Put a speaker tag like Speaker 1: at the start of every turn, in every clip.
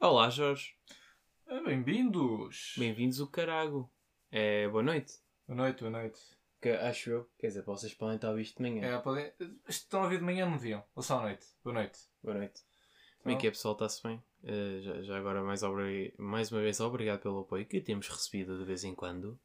Speaker 1: Olá, Jorge.
Speaker 2: Ah, Bem-vindos!
Speaker 1: Bem-vindos o carago. É, boa noite.
Speaker 2: Boa noite, boa noite.
Speaker 1: Que acho eu. Quer dizer, vocês podem estar a ouvir isto de manhã.
Speaker 2: É, podem... Estão a ouvir de manhã, não deviam. Ou só à noite. Boa noite.
Speaker 1: Boa noite. Como é que é, pessoal? Está-se bem? Eh, já, já agora, mais, obri- mais uma vez, obrigado pelo apoio que temos recebido de vez em quando.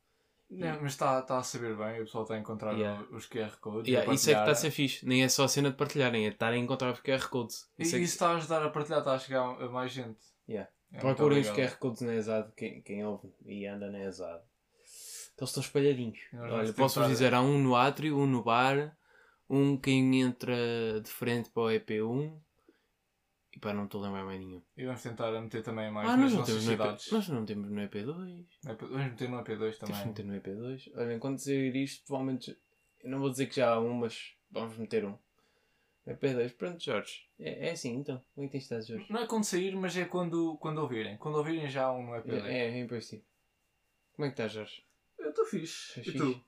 Speaker 2: Não, mas está está a saber bem, o pessoal está a encontrar
Speaker 1: Yeah.
Speaker 2: os QR Codes.
Speaker 1: Yeah,
Speaker 2: a
Speaker 1: isso é que está a
Speaker 2: partilhar.
Speaker 1: ser fixe. Nem é só a cena de partilharem, é estar a encontrar os QR Codes.
Speaker 2: E
Speaker 1: Isso é
Speaker 2: isso
Speaker 1: que-
Speaker 2: está a ajudar a partilhar, está a chegar a mais gente.
Speaker 1: Yeah.
Speaker 2: É,
Speaker 1: Procurem
Speaker 2: muito
Speaker 1: os
Speaker 2: obrigado.
Speaker 1: QR Codes na ESAD, quem, quem ouve e anda na ESAD. Eles estão espalhadinhos.
Speaker 2: Nós vamos
Speaker 1: Olha,
Speaker 2: tentar-
Speaker 1: posso-vos dizer, há um no átrio, um no bar, um quem entra de frente para o EP1 e pá, não estou a lembrar mais nenhum.
Speaker 2: E vamos tentar meter também mais
Speaker 1: ah,
Speaker 2: nas
Speaker 1: nós não,
Speaker 2: nossas
Speaker 1: temos no EP,
Speaker 2: cidades.
Speaker 1: nós não temos no EP2,
Speaker 2: Na P- Vamos meter no EP2
Speaker 1: temos de
Speaker 2: também.
Speaker 1: meter no EP2. Olha, enquanto dizer isto, provavelmente, eu não vou dizer que já há um, mas vamos meter um. No EP2, pronto, Jorge. É, é assim, então. Como é que tens estado, Jorge?
Speaker 2: Não é quando sair, mas é quando, quando ouvirem. Quando ouvirem já há um no EP2.
Speaker 1: É, é impossível. Como é que estás, Jorge?
Speaker 2: Eu estou fixe.
Speaker 1: Estás
Speaker 2: E
Speaker 1: fixe?
Speaker 2: tu?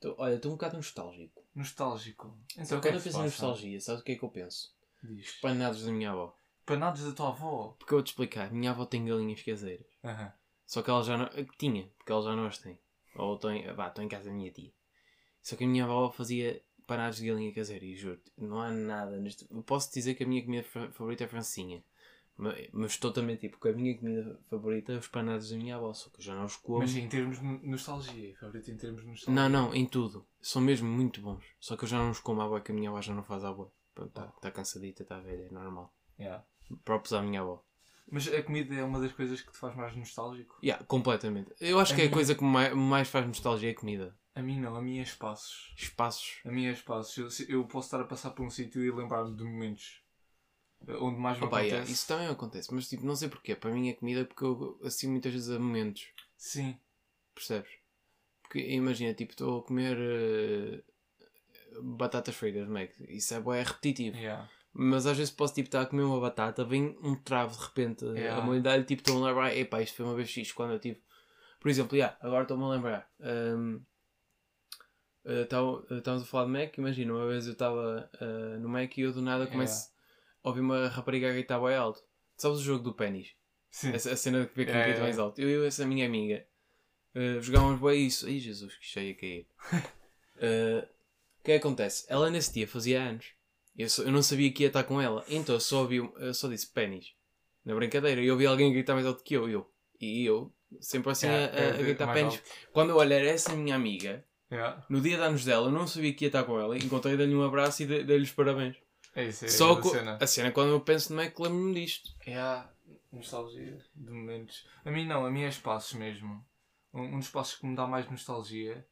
Speaker 1: Tô- olha, estou um bocado nostálgico.
Speaker 2: Nostálgico. Então, o que é
Speaker 1: Quando
Speaker 2: que
Speaker 1: eu
Speaker 2: se
Speaker 1: penso em
Speaker 2: passa?
Speaker 1: nostalgia, sabes o que é que eu penso?
Speaker 2: Diz.
Speaker 1: Panados da minha avó.
Speaker 2: Panados da tua avó.
Speaker 1: Porque eu vou-te explicar, minha avó tem galinhas caseiras.
Speaker 2: Aham.
Speaker 1: Só que ela já não. a que Tinha, porque ela já não as tem. Ou estão em, vá, estão em casa da minha tia. Só que a minha avó fazia panados de galinha caseira e juro não há nada. Neste, eu posso dizer que a minha comida fa- favorita é francinha. Ma- Mas estou também tipo, que a minha comida favorita é os panados da minha avó, só que eu já não os como.
Speaker 2: Mas em termos de nostalgia, favorito em termos de nostalgia.
Speaker 1: Não, não, em tudo. São mesmo muito bons. Só que eu já não os como à boa, que a minha avó já não faz à boa. Está tá cansadita, está velha, é normal.
Speaker 2: Yeah.
Speaker 1: Próprios à minha avó.
Speaker 2: Mas a comida é uma das coisas que te faz mais nostálgico?
Speaker 1: Yeah, completamente. Eu acho que é a coisa que mai- mais faz nostalgia é a comida.
Speaker 2: A mim não, a mim é espaços.
Speaker 1: Espaços.
Speaker 2: A mim é espaços. Eu, se- eu posso estar a passar por um sítio e lembrar-me de momentos eh, onde mais me
Speaker 1: Opa,
Speaker 2: acontece.
Speaker 1: yeah, isso também acontece, mas tipo, não sei porquê. Para mim é comida porque eu assim muitas vezes a momentos,
Speaker 2: Sim.
Speaker 1: percebes? Porque imagina, tipo, estou a comer eh, batatas fritas, Mac. Isso é, bué, é repetitivo.
Speaker 2: Yeah.
Speaker 1: Mas às vezes posso tipo, estar a comer uma batata, vem um travo de repente
Speaker 2: Yeah.
Speaker 1: a molhidade, tipo, estou a lembrar, epá, isto foi uma vez X quando eu tive. Por exemplo, yeah, agora estou-me a lembrar. hum, eh, tava- eh, Estávamos a falar de Mac, imagina, uma vez eu estava eh, no Mac e eu do nada começo a ouvir uma rapariga a gritar bem alto. Sabes o jogo do pênis?
Speaker 2: Sim.
Speaker 1: Essa- A, cena de ver quem
Speaker 2: Yeah,
Speaker 1: grita
Speaker 2: yeah,
Speaker 1: mais alto. Eu e essa minha amiga eh, jogávamos bem isso. Ai Jesus, que cheia a cair. Eh, o que é que acontece? Ela nesse dia fazia anos. Eu, só- eu não sabia que ia estar com ela. Então eu só, ouvi, eu só disse pênis. Na brincadeira. E eu ouvi alguém gritar mais alto que eu. E eu. E eu sempre assim
Speaker 2: Yeah,
Speaker 1: a- a,
Speaker 2: é,
Speaker 1: a
Speaker 2: é,
Speaker 1: gritar
Speaker 2: mais
Speaker 1: pênis.
Speaker 2: alto.
Speaker 1: Quando eu olhar essa minha amiga,
Speaker 2: Yeah.
Speaker 1: no dia de anos dela, eu não sabia que ia estar com ela. Encontrei, dei-lhe um abraço e dei- dei-lhe os parabéns.
Speaker 2: É isso, é
Speaker 1: só
Speaker 2: a
Speaker 1: co-
Speaker 2: cena.
Speaker 1: a cena quando eu penso no Mac, lembro-me disto.
Speaker 2: É a nostalgia de momentos. A mim não, a mim é espaços mesmo. Um, um dos espaços que me dá mais nostalgia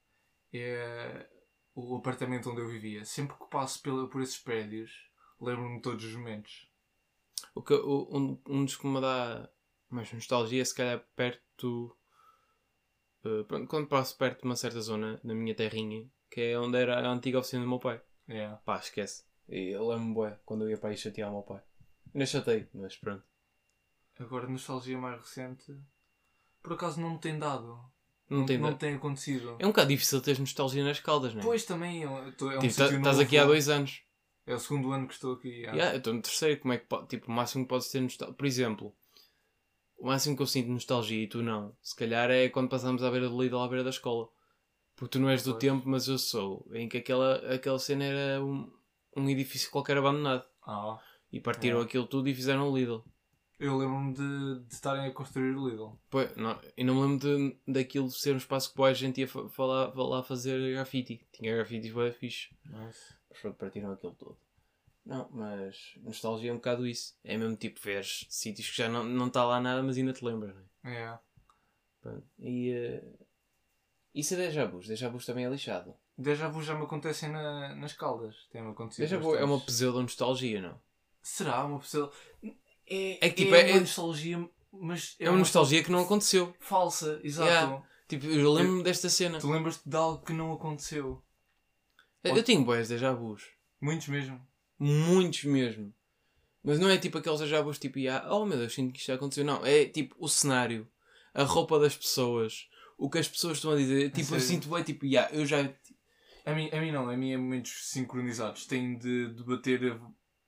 Speaker 2: é o apartamento onde eu vivia. Sempre que passo pela, por esses prédios, lembro-me de todos os momentos.
Speaker 1: O que, o- um, um dos que me dá mais nostalgia, é, se calhar, perto. eh, pronto, quando passo perto de uma certa zona, na minha terrinha, que é onde era a antiga oficina do meu pai.
Speaker 2: Yeah.
Speaker 1: Pá, esquece. E eu lembro-me, bué, quando eu ia para aí chatear o meu pai. Ainda chatei, mas pronto.
Speaker 2: Agora, nostalgia mais recente, por acaso não me tem dado.
Speaker 1: Não tem
Speaker 2: não
Speaker 1: dado.
Speaker 2: tem acontecido.
Speaker 1: É um bocado difícil ter nostalgia nas caldas, não é?
Speaker 2: Pois também, eu- eu tô- é um
Speaker 1: Tipo, tá-
Speaker 2: sítio
Speaker 1: estás
Speaker 2: novo.
Speaker 1: aqui há dois anos.
Speaker 2: É o segundo ano que estou aqui. yeah.
Speaker 1: Yeah, eu estou no terceiro, como é que pode, tipo, o máximo que podes ter nostalgia. Por exemplo, o máximo que eu sinto nostalgia e tu não, se calhar é quando passamos à beira do Lidl à beira da escola. Porque tu não és do
Speaker 2: Pois.
Speaker 1: tempo, mas eu sou. Em que aquela, aquela cena era um, um edifício qualquer abandonado.
Speaker 2: Ah,
Speaker 1: E partiram
Speaker 2: Yeah.
Speaker 1: aquilo tudo e fizeram o Lidl.
Speaker 2: eu lembro-me de, de estarem a construir o Lidl.
Speaker 1: Pois, não, eu não me lembro de, daquilo ser um espaço que boa, a gente ia fa- falar, lá fazer grafite. Tinha grafites bem fixe.
Speaker 2: Mas...
Speaker 1: Mas pronto, partiram aquilo todo. Não, mas nostalgia é um bocado isso. É mesmo tipo ver sítios que já não está lá nada, mas ainda te lembras, não é?
Speaker 2: Yeah.
Speaker 1: Pronto. E eh, isso é déjà vus. Déjà vus também é lixado.
Speaker 2: Déjà vu já me acontecem na- nas caldas. Tem-me acontecido.
Speaker 1: déjà vu é uma
Speaker 2: bastantes.
Speaker 1: pseudo-nostalgia, não?
Speaker 2: Será uma pessoa. É,
Speaker 1: É
Speaker 2: é,
Speaker 1: que, tipo, é-
Speaker 2: uma nostalgia, mas.
Speaker 1: É uma nostalgia que não aconteceu.
Speaker 2: Falsa, exato.
Speaker 1: Yeah. Tipo, eu lembro-me desta cena.
Speaker 2: Tu lembras-te de algo que não aconteceu.
Speaker 1: Eu, eu tenho boas déjà vus.
Speaker 2: Muitos mesmo.
Speaker 1: Muitos mesmo. Mas não é tipo aqueles déjà vus tipo, ah, oh meu Deus, sinto que isto já aconteceu. Não, é tipo o cenário, a roupa das pessoas, o que as pessoas estão a dizer. Tipo, eu
Speaker 2: sério?
Speaker 1: sinto bem, tipo, ah, eu já
Speaker 2: A mim, a mim não, a mim é momentos sincronizados. Tenho de eh, debater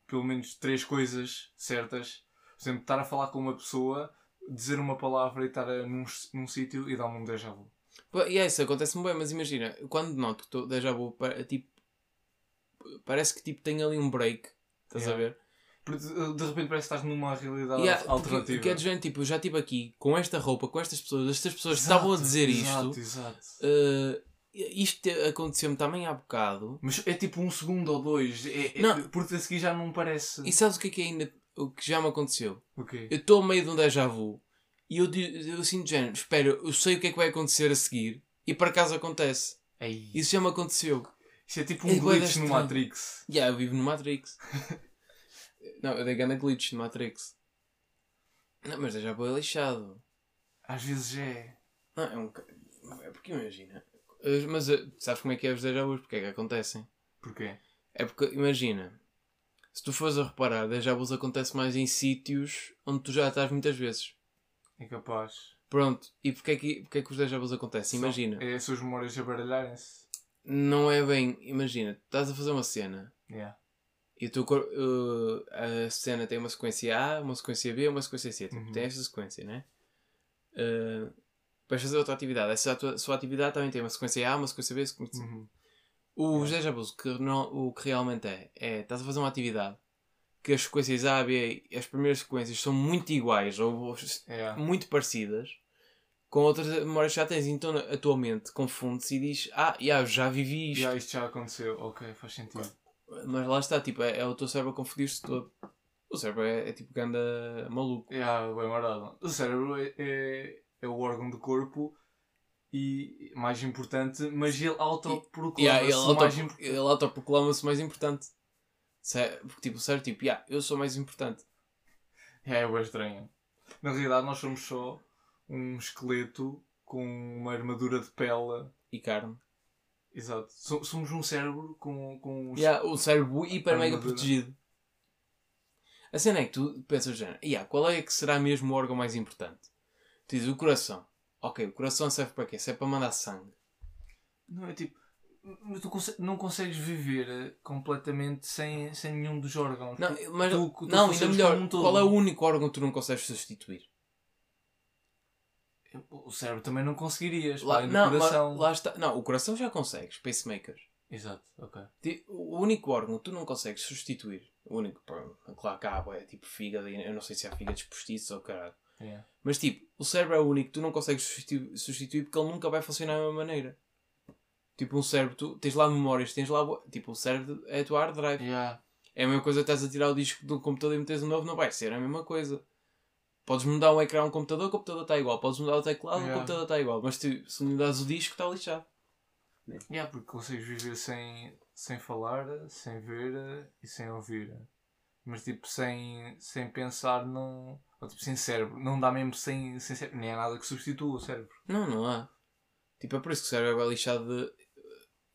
Speaker 2: pelo menos três coisas certas. Por exemplo, estar a falar com uma pessoa, dizer uma palavra e estar a- num, num sítio e dar-me um déjà vu.
Speaker 1: Pô, E é isso, acontece-me bem, mas imagina, quando noto que estou déjà vu, pa- tipo, parece que tipo, tenho ali um break, estás
Speaker 2: Yeah.
Speaker 1: a ver?
Speaker 2: Porque eh, de de repente parece que estás numa realidade
Speaker 1: Yeah, Porque,
Speaker 2: alternativa.
Speaker 1: porque é de género, tipo, eu já estive aqui com esta roupa, com estas pessoas, estas pessoas
Speaker 2: Exato,
Speaker 1: estavam a dizer
Speaker 2: exato,
Speaker 1: isto.
Speaker 2: Exato.
Speaker 1: Uh, isto te- aconteceu-me também há bocado.
Speaker 2: Mas é tipo um segundo ou dois. É, é-
Speaker 1: Não.
Speaker 2: Porque a seguir já não parece.
Speaker 1: E sabes o que é que ainda o que já me aconteceu?
Speaker 2: O quê?
Speaker 1: Eu estou a meio de um déjà vu e eu, di- eu sinto de género, espera, eu sei o que é que vai acontecer a seguir e por acaso acontece.
Speaker 2: Ei, É isso...
Speaker 1: Isso já me aconteceu.
Speaker 2: é tipo um
Speaker 1: é bué
Speaker 2: glitch no
Speaker 1: estranho.
Speaker 2: Matrix.
Speaker 1: Já, eu vivo no Matrix. não, eu dei ganda glitch no Matrix. Não, mas déjà vu é lixado.
Speaker 2: Às vezes é.
Speaker 1: Não, é um ca- É porque imagina. Eh, Mas eh, sabes como é que é os déjà vus? Porque é que acontecem?
Speaker 2: Porquê?
Speaker 1: É porque, imagina, se tu fores a reparar, déjà vus acontece mais em sítios onde tu já estás muitas vezes.
Speaker 2: É capaz.
Speaker 1: Pronto, e porque é que, porque é que os déjà vus acontecem? Imagina,
Speaker 2: São- É as suas memórias a baralharem-se.
Speaker 1: não é bem, imagina, tu estás a fazer uma cena
Speaker 2: Yeah.
Speaker 1: e o teu cor- eh, a cena tem uma sequência A, uma sequência B, uma sequência C, tipo,
Speaker 2: Uhum.
Speaker 1: tem esta sequência, né? Eh, vais fazer outra atividade, essa tua, sua atividade também tem uma sequência A, uma sequência B, sequência C.
Speaker 2: Uhum.
Speaker 1: Os déjà vus, que não, o que realmente é, é estás a fazer uma atividade que as sequências A, B e as primeiras sequências são muito iguais ou
Speaker 2: Yeah.
Speaker 1: muito parecidas com outras memórias que já tens, então a tua mente confunde-se e diz: Ah, yeah, eu já vivi isto.
Speaker 2: Yeah, isto já aconteceu. Ok, faz sentido.
Speaker 1: Mas lá está, tipo, é, é o teu cérebro a confundir-se todo. O cérebro é, é tipo ganda maluco.
Speaker 2: Yeah, bem marado. O cérebro é, é, é o órgão do corpo e mais importante, mas ele autoproclama-se
Speaker 1: Yeah, ele auto-
Speaker 2: mais importante.
Speaker 1: ele autoproclama-se mais importante. Cé- Porque tipo, o cérebro, tipo, yeah, eu sou mais importante.
Speaker 2: É, é bué estranho. Na realidade, nós somos só um esqueleto com uma armadura de pele.
Speaker 1: E carne.
Speaker 2: Exato. So- somos um cérebro com, com um
Speaker 1: Yeah, o cérebro hiper mega
Speaker 2: Armadura.
Speaker 1: protegido. A cena é que tu pensas, já, yeah, qual é que será mesmo o órgão mais importante? Tu dizes o coração. Ok, o coração serve para quê? Serve para mandar sangue.
Speaker 2: Não é tipo. mas Tu conse- não consegues viver eh, completamente sem, sem nenhum dos órgãos.
Speaker 1: Não,
Speaker 2: Tu-
Speaker 1: mas,
Speaker 2: tu- tu
Speaker 1: não ainda
Speaker 2: funcionas
Speaker 1: melhor,
Speaker 2: como um todo.
Speaker 1: qual é o único órgão que tu não consegues substituir?
Speaker 2: O cérebro também não conseguirias.
Speaker 1: Lá,
Speaker 2: Lá,
Speaker 1: não, lá-
Speaker 2: coração.
Speaker 1: lá está. Não, o coração já consegues, pacemaker.
Speaker 2: Exato, ok.
Speaker 1: Ti- O único órgão que tu não consegues substituir, o único, pá, claro que há, é tipo fígado, e eu não sei se há fígados postiços ou caralho.
Speaker 2: Yeah.
Speaker 1: Mas tipo, o cérebro é o único que tu não consegues substitu- substituir porque ele nunca vai funcionar da mesma maneira. Tipo, um cérebro, tu tens lá memórias, tens lá. bo- Tipo, o cérebro é a tua hard drive.
Speaker 2: Yeah.
Speaker 1: É a mesma coisa que estás a tirar o disco de um computador e meteres um novo, não vai ser a mesma coisa. Podes mudar um ecrã a um computador, o computador está igual. Podes mudar o teclado,
Speaker 2: Yeah.
Speaker 1: o computador está igual. Mas tu, se mudares o disco, está lixado.
Speaker 2: Yeah, porque consegues viver sem, sem falar, sem ver eh, e sem ouvir. Mas tipo, sem, sem pensar, não. Ou tipo, sem cérebro. Não dá mesmo sem, sem cérebro. Nem há nada que substitua o cérebro.
Speaker 1: Não, não há. Tipo, é por isso que o cérebro é lixado de.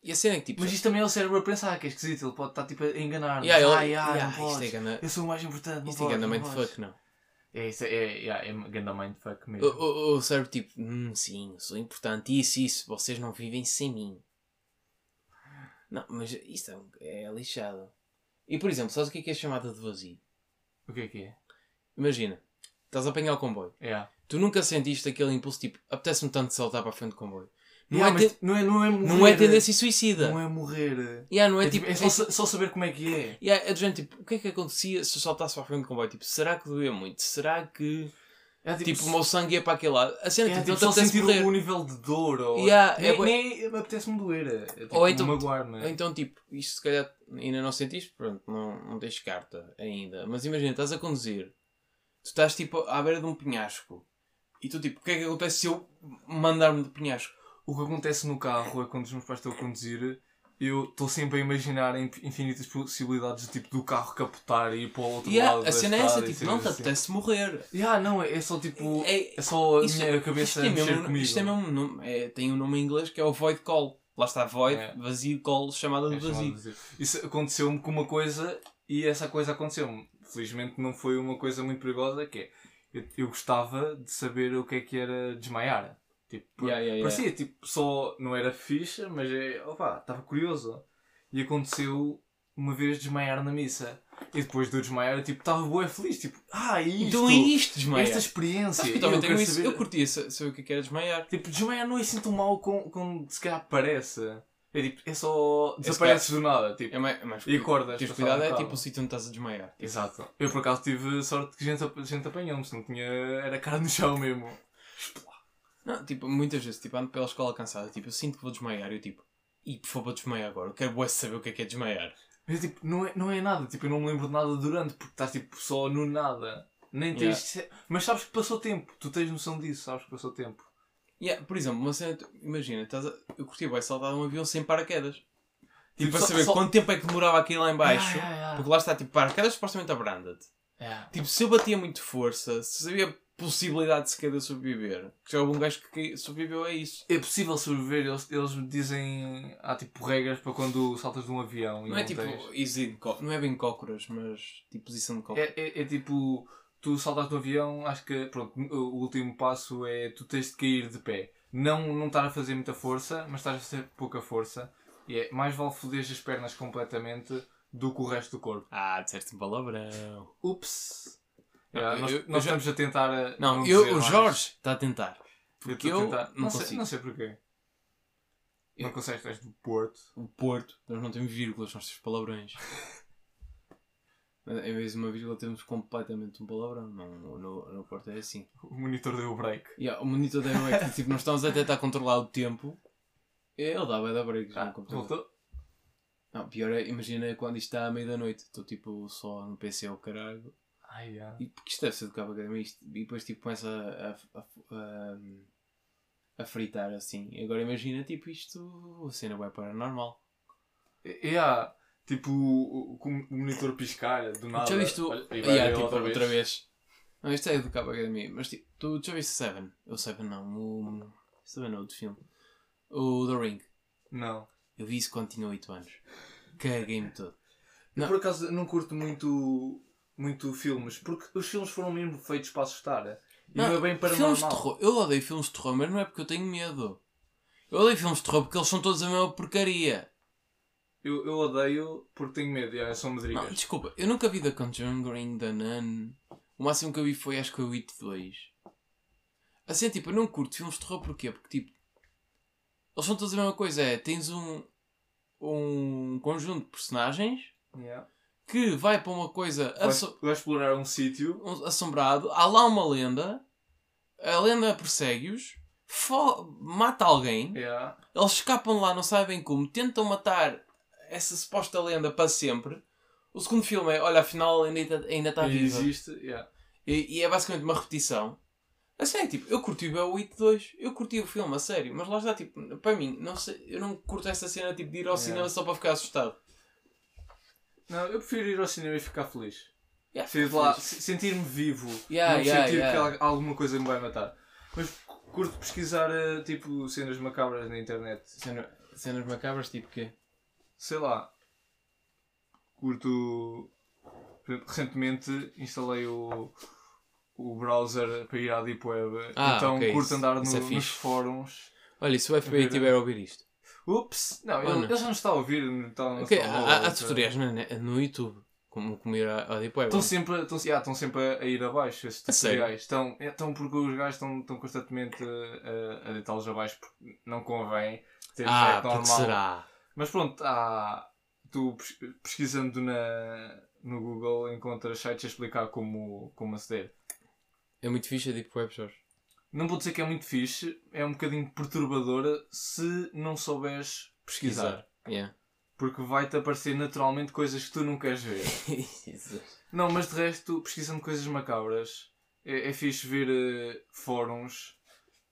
Speaker 1: E a cena é que tipo.
Speaker 2: Mas isto também é o cérebro a pensar, que é esquisito. Ele pode estar tipo a enganar.
Speaker 1: Yeah, ele-
Speaker 2: ah, yeah,
Speaker 1: yeah,
Speaker 2: não
Speaker 1: isto
Speaker 2: podes.
Speaker 1: é ganda-
Speaker 2: Eu sou o mais importante. Não
Speaker 1: Isto é
Speaker 2: podes,
Speaker 1: ganda
Speaker 2: não podes.
Speaker 1: mindfuck, não.
Speaker 2: É, isso é, é, yeah, é uma ganda mindfuck
Speaker 1: O,
Speaker 2: mesmo.
Speaker 1: o, o cérebro, tipo, hum, sim, sou importante, isso, isso, vocês não vivem sem mim. Não, mas isso é, um- é lixado. E por exemplo, sabes o que é que é chamada de vazio?
Speaker 2: O que é que é?
Speaker 1: Imagina, estás a apanhar o comboio.
Speaker 2: Yeah.
Speaker 1: Tu nunca sentiste aquele impulso tipo, apetece-me tanto de saltar para a frente do comboio. Não,
Speaker 2: Yeah,
Speaker 1: é,
Speaker 2: mas
Speaker 1: ten-
Speaker 2: não, é, não é morrer.
Speaker 1: não é tendência suicida.
Speaker 2: Não é morrer.
Speaker 1: Yeah, não é,
Speaker 2: É,
Speaker 1: tipo.
Speaker 2: tipo, é só, sa- só saber como é que é.
Speaker 1: yeah, é do género, tipo, o que é que acontecia se eu saltasse para a frente do comboio? Tipo, será que doía muito? Será que
Speaker 2: É
Speaker 1: tipo, o meu sangue ia para aquele lado? A cena
Speaker 2: é,
Speaker 1: tipo,
Speaker 2: tipo,
Speaker 1: não te
Speaker 2: só
Speaker 1: apetece
Speaker 2: sentir
Speaker 1: morrer.
Speaker 2: o nível de dor ou
Speaker 1: Yeah,
Speaker 2: nem,
Speaker 1: é bué-
Speaker 2: nem me apetece-me doer. É, tipo,
Speaker 1: Ou então-
Speaker 2: magoar-me.
Speaker 1: Então, tipo, isto se calhar ainda não sentiste, pronto, não, não tens carta ainda. Mas imagina, estás a conduzir, tu estás tipo à beira de um penhasco e tu, tipo, o que é que acontece se eu mandar-me de penhasco?
Speaker 2: O que acontece no carro é quando os meus pais estão a conduzir, eu estou sempre a imaginar in- infinitas possibilidades tipo, do carro capotar e ir para o outro
Speaker 1: E
Speaker 2: lado.
Speaker 1: a
Speaker 2: da
Speaker 1: cena é essa,
Speaker 2: estrada e
Speaker 1: tipo,
Speaker 2: cenas
Speaker 1: não te
Speaker 2: assim.
Speaker 1: apetece morrer.
Speaker 2: Yeah, não, é é só tipo.
Speaker 1: É-
Speaker 2: É só a
Speaker 1: Isto-
Speaker 2: minha cabeça
Speaker 1: isto é
Speaker 2: a mexer
Speaker 1: mesmo,
Speaker 2: comigo.
Speaker 1: Isto é mesmo um nome- é, tem um nome em inglês que é o Void Call. Lá está Void,
Speaker 2: É.
Speaker 1: vazio, call, chamada de
Speaker 2: É chamado
Speaker 1: vazio.
Speaker 2: vazio. Isso aconteceu-me com uma coisa e essa coisa aconteceu-me. Felizmente não foi uma coisa muito perigosa, que é. Eu, eu gostava de saber o que é que era desmaiar. Tipo,
Speaker 1: Yeah, yeah, yeah.
Speaker 2: parecia tipo, só não era ficha, mas é. opá, estava curioso. E aconteceu uma vez desmaiar na missa. E depois do desmaiar, eu, tipo, estava bué feliz. Tipo, ah, isto!
Speaker 1: Então é isto, desmaia.
Speaker 2: Esta experiência.
Speaker 1: Sabes que eu também tenho
Speaker 2: quero
Speaker 1: isso.
Speaker 2: saber-
Speaker 1: Eu curtia sa- saber o que é que era desmaiar.
Speaker 2: Tipo, desmaiar não é assim tão mal como, como se calhar parece. É tipo, é só... Desaparece do nada, tipo...
Speaker 1: É mais, mais
Speaker 2: E acordas,
Speaker 1: Tens
Speaker 2: passado
Speaker 1: cuidado,
Speaker 2: um
Speaker 1: é
Speaker 2: bocado.
Speaker 1: tipo o sítio onde estás a desmaiar.
Speaker 2: Exato. Eu, por acaso, tive sorte que gente, ap- gente apanhou-me, se não tinha... Era cara no chão mesmo.
Speaker 1: Não, tipo, muitas vezes, tipo, ando pela escola cansada, tipo, eu sinto que vou desmaiar, eu tipo, e por favor desmaia agora, eu quero bué saber o que é que é desmaiar.
Speaker 2: Mas, tipo, não é, não é nada. Tipo, eu não me lembro de nada durante, porque estás, tipo, só no nada. Nem tens... Mas sabes que passou tempo. Tu tens noção disso, sabes que passou tempo.
Speaker 1: Yeah, por exemplo, uma cena, tu- imagina, estás a, eu curti bué saltar de um avião sem paraquedas. Tipo, para
Speaker 2: só-
Speaker 1: saber
Speaker 2: só-
Speaker 1: quanto tempo é que demorava aqui lá em baixo.
Speaker 2: Ah, ah, ah.
Speaker 1: Porque lá está, tipo, paraquedas supostamente abranda-te.
Speaker 2: É.
Speaker 1: Tipo, se eu batia muito força, se havia possibilidade de sequer de eu sobreviver, que já houve um gajo que cai- sobreviveu a isso.
Speaker 2: É possível sobreviver, eles, eles me dizem. Há tipo regras para quando saltas de um avião
Speaker 1: Não
Speaker 2: e não,
Speaker 1: é tipo,
Speaker 2: tens.
Speaker 1: easy, de có- não é bem cócoras, mas tipo posição de cócoras.
Speaker 2: É, é, é tipo. Tu saltas de um avião, acho que. Pronto, o o último passo é tu tens de cair de pé. Não, não estar a fazer muita força, mas estás a fazer pouca força. E é mais vale foderes as pernas completamente do que o resto do corpo.
Speaker 1: Ah, disseste um palavrão.
Speaker 2: Ups!
Speaker 1: Não,
Speaker 2: Yeah,
Speaker 1: eu-
Speaker 2: nós
Speaker 1: eu
Speaker 2: nós
Speaker 1: já-
Speaker 2: estamos a tentar. a
Speaker 1: Não,
Speaker 2: dizer
Speaker 1: eu, o
Speaker 2: mais.
Speaker 1: Jorge está a tentar. Porque
Speaker 2: estou a
Speaker 1: eu,
Speaker 2: tentar-
Speaker 1: não,
Speaker 2: não, sei,
Speaker 1: consigo.
Speaker 2: não sei porquê. Não
Speaker 1: Eu-
Speaker 2: consegues, tu és do Porto.
Speaker 1: O Porto, nós não temos vírgulas, nós temos palavrões. em vez de uma vírgula temos completamente um palavrão. Não, no, no- no Porto é assim.
Speaker 2: O monitor deu o break.
Speaker 1: Yeah, o monitor da é que tipo, nós estamos a tentar controlar o tempo. Ele dá bem da breaks
Speaker 2: Ah,
Speaker 1: no computador.
Speaker 2: voltou.
Speaker 1: Não, pior é, imagina quando isto está à meia da noite, estou tipo só no PC ao caralho,
Speaker 2: Ai, já.
Speaker 1: e porque isto deve ser do cabo academia, isto- e depois tipo começa a, a, a- a fritar assim. Agora imagina tipo isto, a cena vai paranormal.
Speaker 2: É, é, tipo, o, o- com o monitor piscar do nada.
Speaker 1: já viste o.
Speaker 2: Olha, e vai
Speaker 1: Yeah,
Speaker 2: ver
Speaker 1: tipo,
Speaker 2: outra
Speaker 1: outra,
Speaker 2: vez.
Speaker 1: vez. Não, isto é do cabo academia, mas tipo, tu já viste Seven? O Seven não, o. Seven não, outro filme. O The Ring.
Speaker 2: Não.
Speaker 1: Eu vi isso quando tinha 8 anos. Caguei-me todo. Não.
Speaker 2: Eu, por acaso, não curto muito, muito filmes, porque os filmes foram mesmo feitos para assustar. E não, é bem
Speaker 1: filmes de
Speaker 2: paranormal.
Speaker 1: terror. Eu odeio filmes de terror, mas não é porque eu tenho medo. Eu odeio filmes de terror porque eles são todos a mesma porcaria.
Speaker 2: Eu, eu odeio porque tenho medo, já, são
Speaker 1: Não,
Speaker 2: medrigas.
Speaker 1: desculpa, eu nunca vi The Conjuring, The Nun. O máximo que eu vi foi acho que o It 2. Assim, tipo, eu não curto filmes de terror porquê? Porque, tipo, eles são todos a mesma coisa. É, tens um, um conjunto de personagens
Speaker 2: Yeah.
Speaker 1: que vai para uma coisa
Speaker 2: Vai,
Speaker 1: abso-
Speaker 2: vai explorar um sítio.
Speaker 1: um- assombrado, há lá uma lenda, a lenda persegue-os, fo- mata alguém,
Speaker 2: Yeah.
Speaker 1: eles escapam lá, não sabem como, tentam matar essa suposta lenda para sempre. O segundo filme é, olha, afinal ainda, ainda está Tá
Speaker 2: E
Speaker 1: viva.
Speaker 2: existe. Yeah.
Speaker 1: E, e é basicamente uma repetição. A sério, tipo, eu curti o It 2, eu curti o filme, a sério, mas lá está, tipo, para mim, não sei, eu não curto essa cena tipo, de ir ao
Speaker 2: Yeah.
Speaker 1: cinema só para ficar assustado.
Speaker 2: Não, eu prefiro ir ao cinema e ficar feliz.
Speaker 1: Yeah,
Speaker 2: Sair de lá, se- sentir-me vivo.
Speaker 1: É Yeah,
Speaker 2: não
Speaker 1: yeah,
Speaker 2: sentir
Speaker 1: yeah.
Speaker 2: que al- alguma coisa me vai matar. Mas cu- curto pesquisar eh, tipo cenas macabras na internet.
Speaker 1: Cena- Cenas macabras, tipo, quê?
Speaker 2: Sei lá. Curto. por exemplo, Recentemente instalei o, o browser para ir à Deep Web.
Speaker 1: Ah,
Speaker 2: então
Speaker 1: ok,
Speaker 2: curto
Speaker 1: isso-
Speaker 2: andar no-
Speaker 1: isso é
Speaker 2: nos
Speaker 1: fixe.
Speaker 2: fóruns.
Speaker 1: Olha, e se o FBI
Speaker 2: Vira.
Speaker 1: estiver a ouvir isto?
Speaker 2: Ups! Não, ele,
Speaker 1: Olha.
Speaker 2: ele já não está a ouvir. Não está, não
Speaker 1: Ok,
Speaker 2: está a
Speaker 1: há, há
Speaker 2: ouvir.
Speaker 1: tutoriais na- na- no YouTube, como comer a, a Deep Web.
Speaker 2: Estão sempre, estão, yeah, estão sempre a, a ir abaixo esses
Speaker 1: A sério?
Speaker 2: tutoriais. Estão, é, estão porque os gajos estão, estão constantemente eh, a, a- a deitá-los abaixo porque não convém ter
Speaker 1: ah,
Speaker 2: efeito
Speaker 1: porque será?
Speaker 2: Mas pronto, há, tu pes- pesquisando na, no Google encontras sites a explicar como, como aceder.
Speaker 1: É muito fixe a Deep Web, Jorge.
Speaker 2: Não vou dizer que é muito fixe, é um bocadinho perturbadora se não souberes pesquisar.
Speaker 1: Yeah.
Speaker 2: Porque vai-te aparecer naturalmente coisas que tu não queres ver. Não, mas de resto, pesquisando coisas macabras, é, é fixe ver eh, fóruns,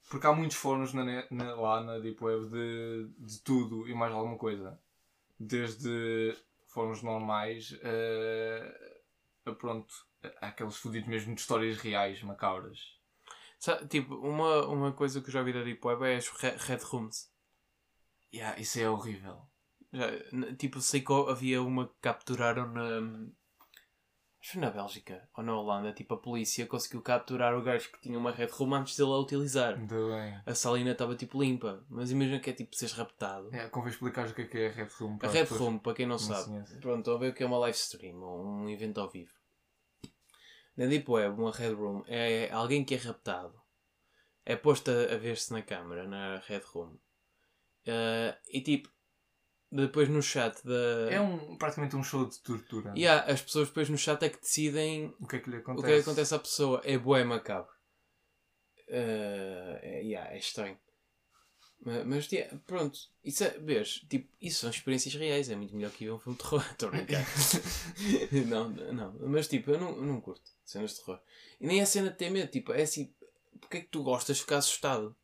Speaker 2: porque há muitos fóruns na net- na- lá na Deep Web de, de tudo e mais alguma coisa. Desde fóruns normais eh, a, pronto, a, aqueles fodidos mesmo de histórias reais macabras.
Speaker 1: Sabe, tipo, uma, uma coisa que eu já vi da Deep Web é as re- Red Rooms.
Speaker 2: Yeah, isso é horrível.
Speaker 1: Já, n- tipo, sei que havia uma que capturaram na, Acho que foi na Bélgica ou na Holanda, tipo, a polícia conseguiu capturar o gajo que tinha uma rede de ruma antes dele a utilizar.
Speaker 2: Ainda bem.
Speaker 1: A salina estava tipo limpa, mas imagina que é tipo seres raptado.
Speaker 2: É, convém explicar o que é que é a Red Room.
Speaker 1: A
Speaker 2: para as
Speaker 1: Red
Speaker 2: pessoas.
Speaker 1: Room, para quem não, sabe,
Speaker 2: conhece.
Speaker 1: pronto, estão a ver o que é uma live stream ou um evento ao vivo. Na Deep Web, uma Red Room é alguém que é raptado, é posto a, a ver-se na câmara, na Red Room, Eh, e tipo, depois no chat da.
Speaker 2: É um, praticamente um show de tortura.
Speaker 1: E há- as pessoas depois no chat é que decidem
Speaker 2: O que é que lhe
Speaker 1: o
Speaker 2: acontece?
Speaker 1: que é que acontece à pessoa. É bué macabro. Eh, é, yeah, é estranho. Ma- Mas, tia, pronto, isso é, vês, tipo, isso são experiências reais, é muito melhor que ver um filme de terror. Estou a brincar. não, não, mas tipo, eu não, eu não curto cenas de terror. E nem a cena de ter medo, tipo, é assim, porque é que tu gostas de ficar assustado?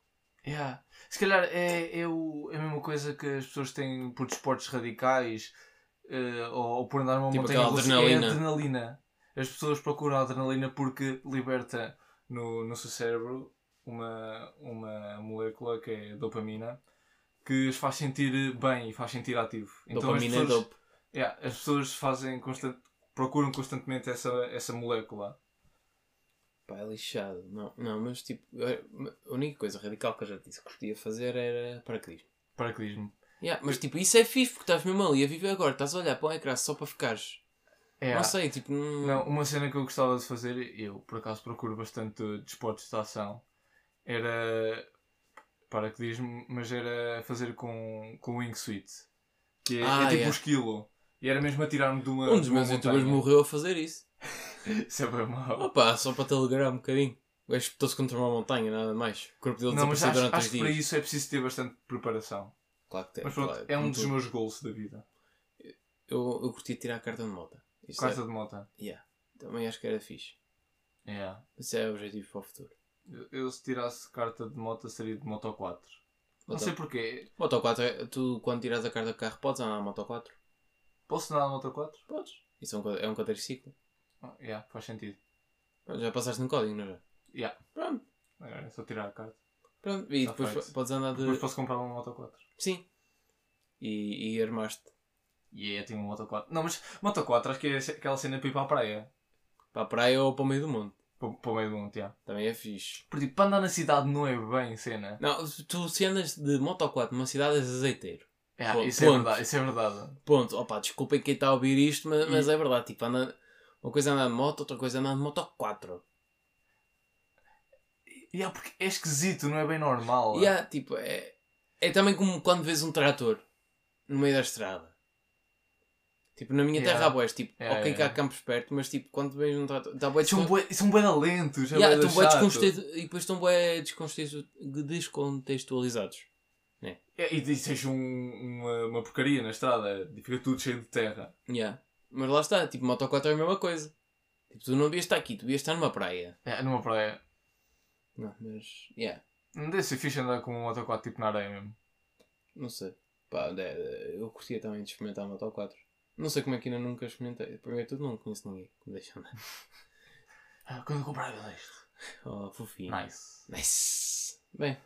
Speaker 2: Yeah. Se calhar é, é, o, é a mesma coisa que as pessoas têm por desportos radicais eh, ou, ou por andar numa
Speaker 1: Tipo
Speaker 2: montanha
Speaker 1: aquela
Speaker 2: russa.
Speaker 1: adrenalina.
Speaker 2: É adrenalina. As pessoas procuram a adrenalina porque liberta no, no seu cérebro uma, uma molécula que é dopamina que as faz sentir bem e faz sentir ativo. Então as
Speaker 1: Dopamina é
Speaker 2: pessoas,
Speaker 1: dope.
Speaker 2: Yeah, as pessoas fazem constant, procuram constantemente essa, essa molécula.
Speaker 1: Pá, é lixado. Não, não, mas tipo, a única coisa radical que eu já te disse que curtia fazer era paraquedismo.
Speaker 2: Paraquedismo.
Speaker 1: Yeah, mas tipo, isso é fixe porque estás mesmo ali a viver agora, estás a olhar para um ecrã só para ficares.
Speaker 2: Yeah.
Speaker 1: Não sei, tipo, não.
Speaker 2: Não, uma cena que eu gostava de fazer, eu por acaso procuro bastante desportos de ação, era paraquedismo, mas era fazer com, com wingsuit, que é, é
Speaker 1: Ah,
Speaker 2: tipo
Speaker 1: yeah.
Speaker 2: um esquilo. E era mesmo atirar-me de uma.
Speaker 1: um dos
Speaker 2: de uma
Speaker 1: meus youtubers
Speaker 2: montanha.
Speaker 1: morreu a fazer isso.
Speaker 2: Isso é bem mau.
Speaker 1: Opa, só para te alegrar um bocadinho. O gajo espetou-se contra uma montanha, nada mais. O corpo dele
Speaker 2: Não, mas
Speaker 1: desapareceu
Speaker 2: acho,
Speaker 1: durante
Speaker 2: acho
Speaker 1: os
Speaker 2: que para
Speaker 1: dias.
Speaker 2: isso é preciso ter bastante preparação.
Speaker 1: Claro que tem.
Speaker 2: mas pronto,
Speaker 1: claro,
Speaker 2: é um
Speaker 1: como
Speaker 2: dos
Speaker 1: tudo.
Speaker 2: meus goals da vida.
Speaker 1: Eu, eu curti tirar a carta de moto. Isso
Speaker 2: Carta de moto.
Speaker 1: é- yeah. Também acho que era fixe.
Speaker 2: Yeah.
Speaker 1: Esse é o objetivo para o futuro.
Speaker 2: Eu, eu se tirasse carta de moto seria de moto 4. Não
Speaker 1: Moto-
Speaker 2: sei porquê.
Speaker 1: Moto 4, é- tu quando tiras a carta do carro podes andar na Moto 4?
Speaker 2: Posso andar na moto 4?
Speaker 1: Podes. Isso é um, quad- é um quadriciclo.
Speaker 2: Ah, yeah, faz sentido.
Speaker 1: Já passaste no código, não já?
Speaker 2: Yeah.
Speaker 1: Pronto.
Speaker 2: Agora é só tirar a carta.
Speaker 1: Pronto. E
Speaker 2: Tá
Speaker 1: depois
Speaker 2: feito.
Speaker 1: po- podes andar de.
Speaker 2: Depois posso comprar um uma Moto 4.
Speaker 1: Sim. E, e armaste
Speaker 2: E yeah, eu tenho uma Moto 4. Não, mas Moto 4 acho que é ce- aquela cena para ir para a praia.
Speaker 1: para a praia ou para o meio do mundo.
Speaker 2: Para, para o meio do mundo, yeah.
Speaker 1: Também é fixe.
Speaker 2: Porque tipo, para andar na cidade não é bem cena.
Speaker 1: Não, tu se andas de moto 4 numa cidade és azeiteiro.
Speaker 2: Yeah,
Speaker 1: Pon-
Speaker 2: isso, é
Speaker 1: ponto.
Speaker 2: verdade, isso é verdade.
Speaker 1: Ponto. Opa, desculpem quem está a ouvir isto, mas,
Speaker 2: E-
Speaker 1: mas é verdade. Tipo, anda... uma coisa é andar de moto, outra coisa é andar de moto 4.
Speaker 2: Yeah, porque é esquisito, não é bem normal.
Speaker 1: E há, tipo, é... é também como quando vês um trator no meio da estrada. Tipo, na minha
Speaker 2: Yeah.
Speaker 1: terra há boés, tipo,
Speaker 2: Yeah,
Speaker 1: ok que há
Speaker 2: yeah.
Speaker 1: campos perto, mas tipo, quando vês um trator, está boé
Speaker 2: É, São bué, são bué de lentos. é
Speaker 1: Yeah,
Speaker 2: bué de
Speaker 1: estão bué
Speaker 2: chato.
Speaker 1: descontestu- e depois estão bué descontestu- descontextualizados.
Speaker 2: É, E diz seja uma, uma porcaria na estrada. e Fica tudo cheio de terra.
Speaker 1: Yeah. Mas lá está, tipo, Moto 4 é a mesma coisa. Tipo, tu não devias estar aqui, tu devias estar numa praia.
Speaker 2: É, numa praia.
Speaker 1: Não, mas, yeah,
Speaker 2: Não deve ser fixe andar com uma Moto 4 tipo na areia mesmo.
Speaker 1: não sei. Pá, é, eu curtia também de experimentar a Moto 4. Não sei como é que ainda nunca experimentei. Primeiro de tudo, não conheço ninguém que me deixa andar.
Speaker 2: Ah, quando eu comprar eu isto.
Speaker 1: Oh, fofinho.
Speaker 2: Nice.
Speaker 1: Nice. Bem,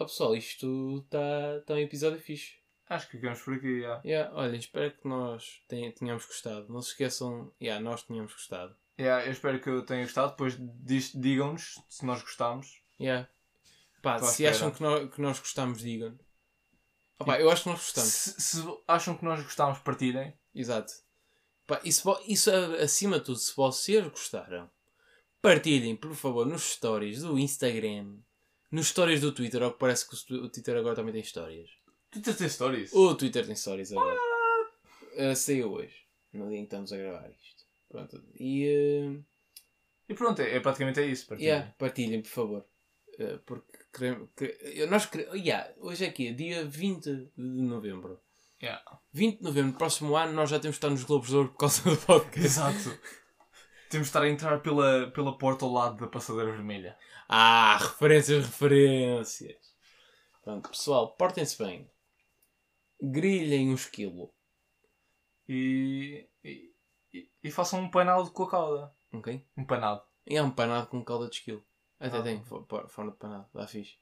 Speaker 1: ó pessoal, isto está tá um episódio fixe.
Speaker 2: Acho que ficamos por aqui, já.
Speaker 1: Yeah, olhem, espero que nós ten- tenhamos gostado. Não se esqueçam, yeah, nós tínhamos gostado.
Speaker 2: Yeah, É, eu espero que tenham gostado. Depois diz- digam-nos se nós gostámos.
Speaker 1: Yeah. Pá,
Speaker 2: Estou à
Speaker 1: se acham
Speaker 2: espera. Tipo,
Speaker 1: que nós, que nós gostamos, digam. Opa, eu acho que nós gostamos.
Speaker 2: Se, se acham que nós gostámos, partilhem.
Speaker 1: Exato. Pá, e se vo- isso a- acima de tudo, se vocês gostaram, partilhem, por favor, nos stories do Instagram, nos stories do Twitter, ou que parece que o stu- o Twitter agora também tem histórias.
Speaker 2: Twitter tem stories.
Speaker 1: O Twitter tem stories agora. Ah, saiu hoje, no dia em que estamos a gravar isto. Pronto. E
Speaker 2: E pronto, é, é praticamente é isso.
Speaker 1: ah,
Speaker 2: Partilhem.
Speaker 1: yeah, partilhem, por favor. Ah, porque queremos. quer- eu- nós queremos. yeah, hoje é aqui, dia 20 de novembro.
Speaker 2: Yeah.
Speaker 1: 20 de novembro, próximo ano, nós já temos de estar nos Globos de Ouro por causa do podcast.
Speaker 2: Exato. Temos de estar a entrar pela, pela porta ao lado da passadeira vermelha.
Speaker 1: Ah, referências, referências. Pronto, pessoal, portem-se bem. Grilhem um esquilo,
Speaker 2: E, e, e- e façam um panado com a cauda.
Speaker 1: ok?
Speaker 2: Um panado.
Speaker 1: E há um panado com calda de esquilo. Até
Speaker 2: Ah.
Speaker 1: tem, fo- po- forma de panado, dá fixe.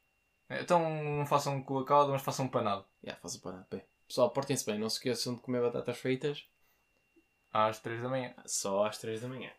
Speaker 2: Então não façam com a cauda, mas façam um panado.
Speaker 1: Já, faça panado, bem. Pessoal, portem-se bem, não se esqueçam de comer batatas fritas
Speaker 2: Às três da manhã.
Speaker 1: ah, só às 3 da manhã.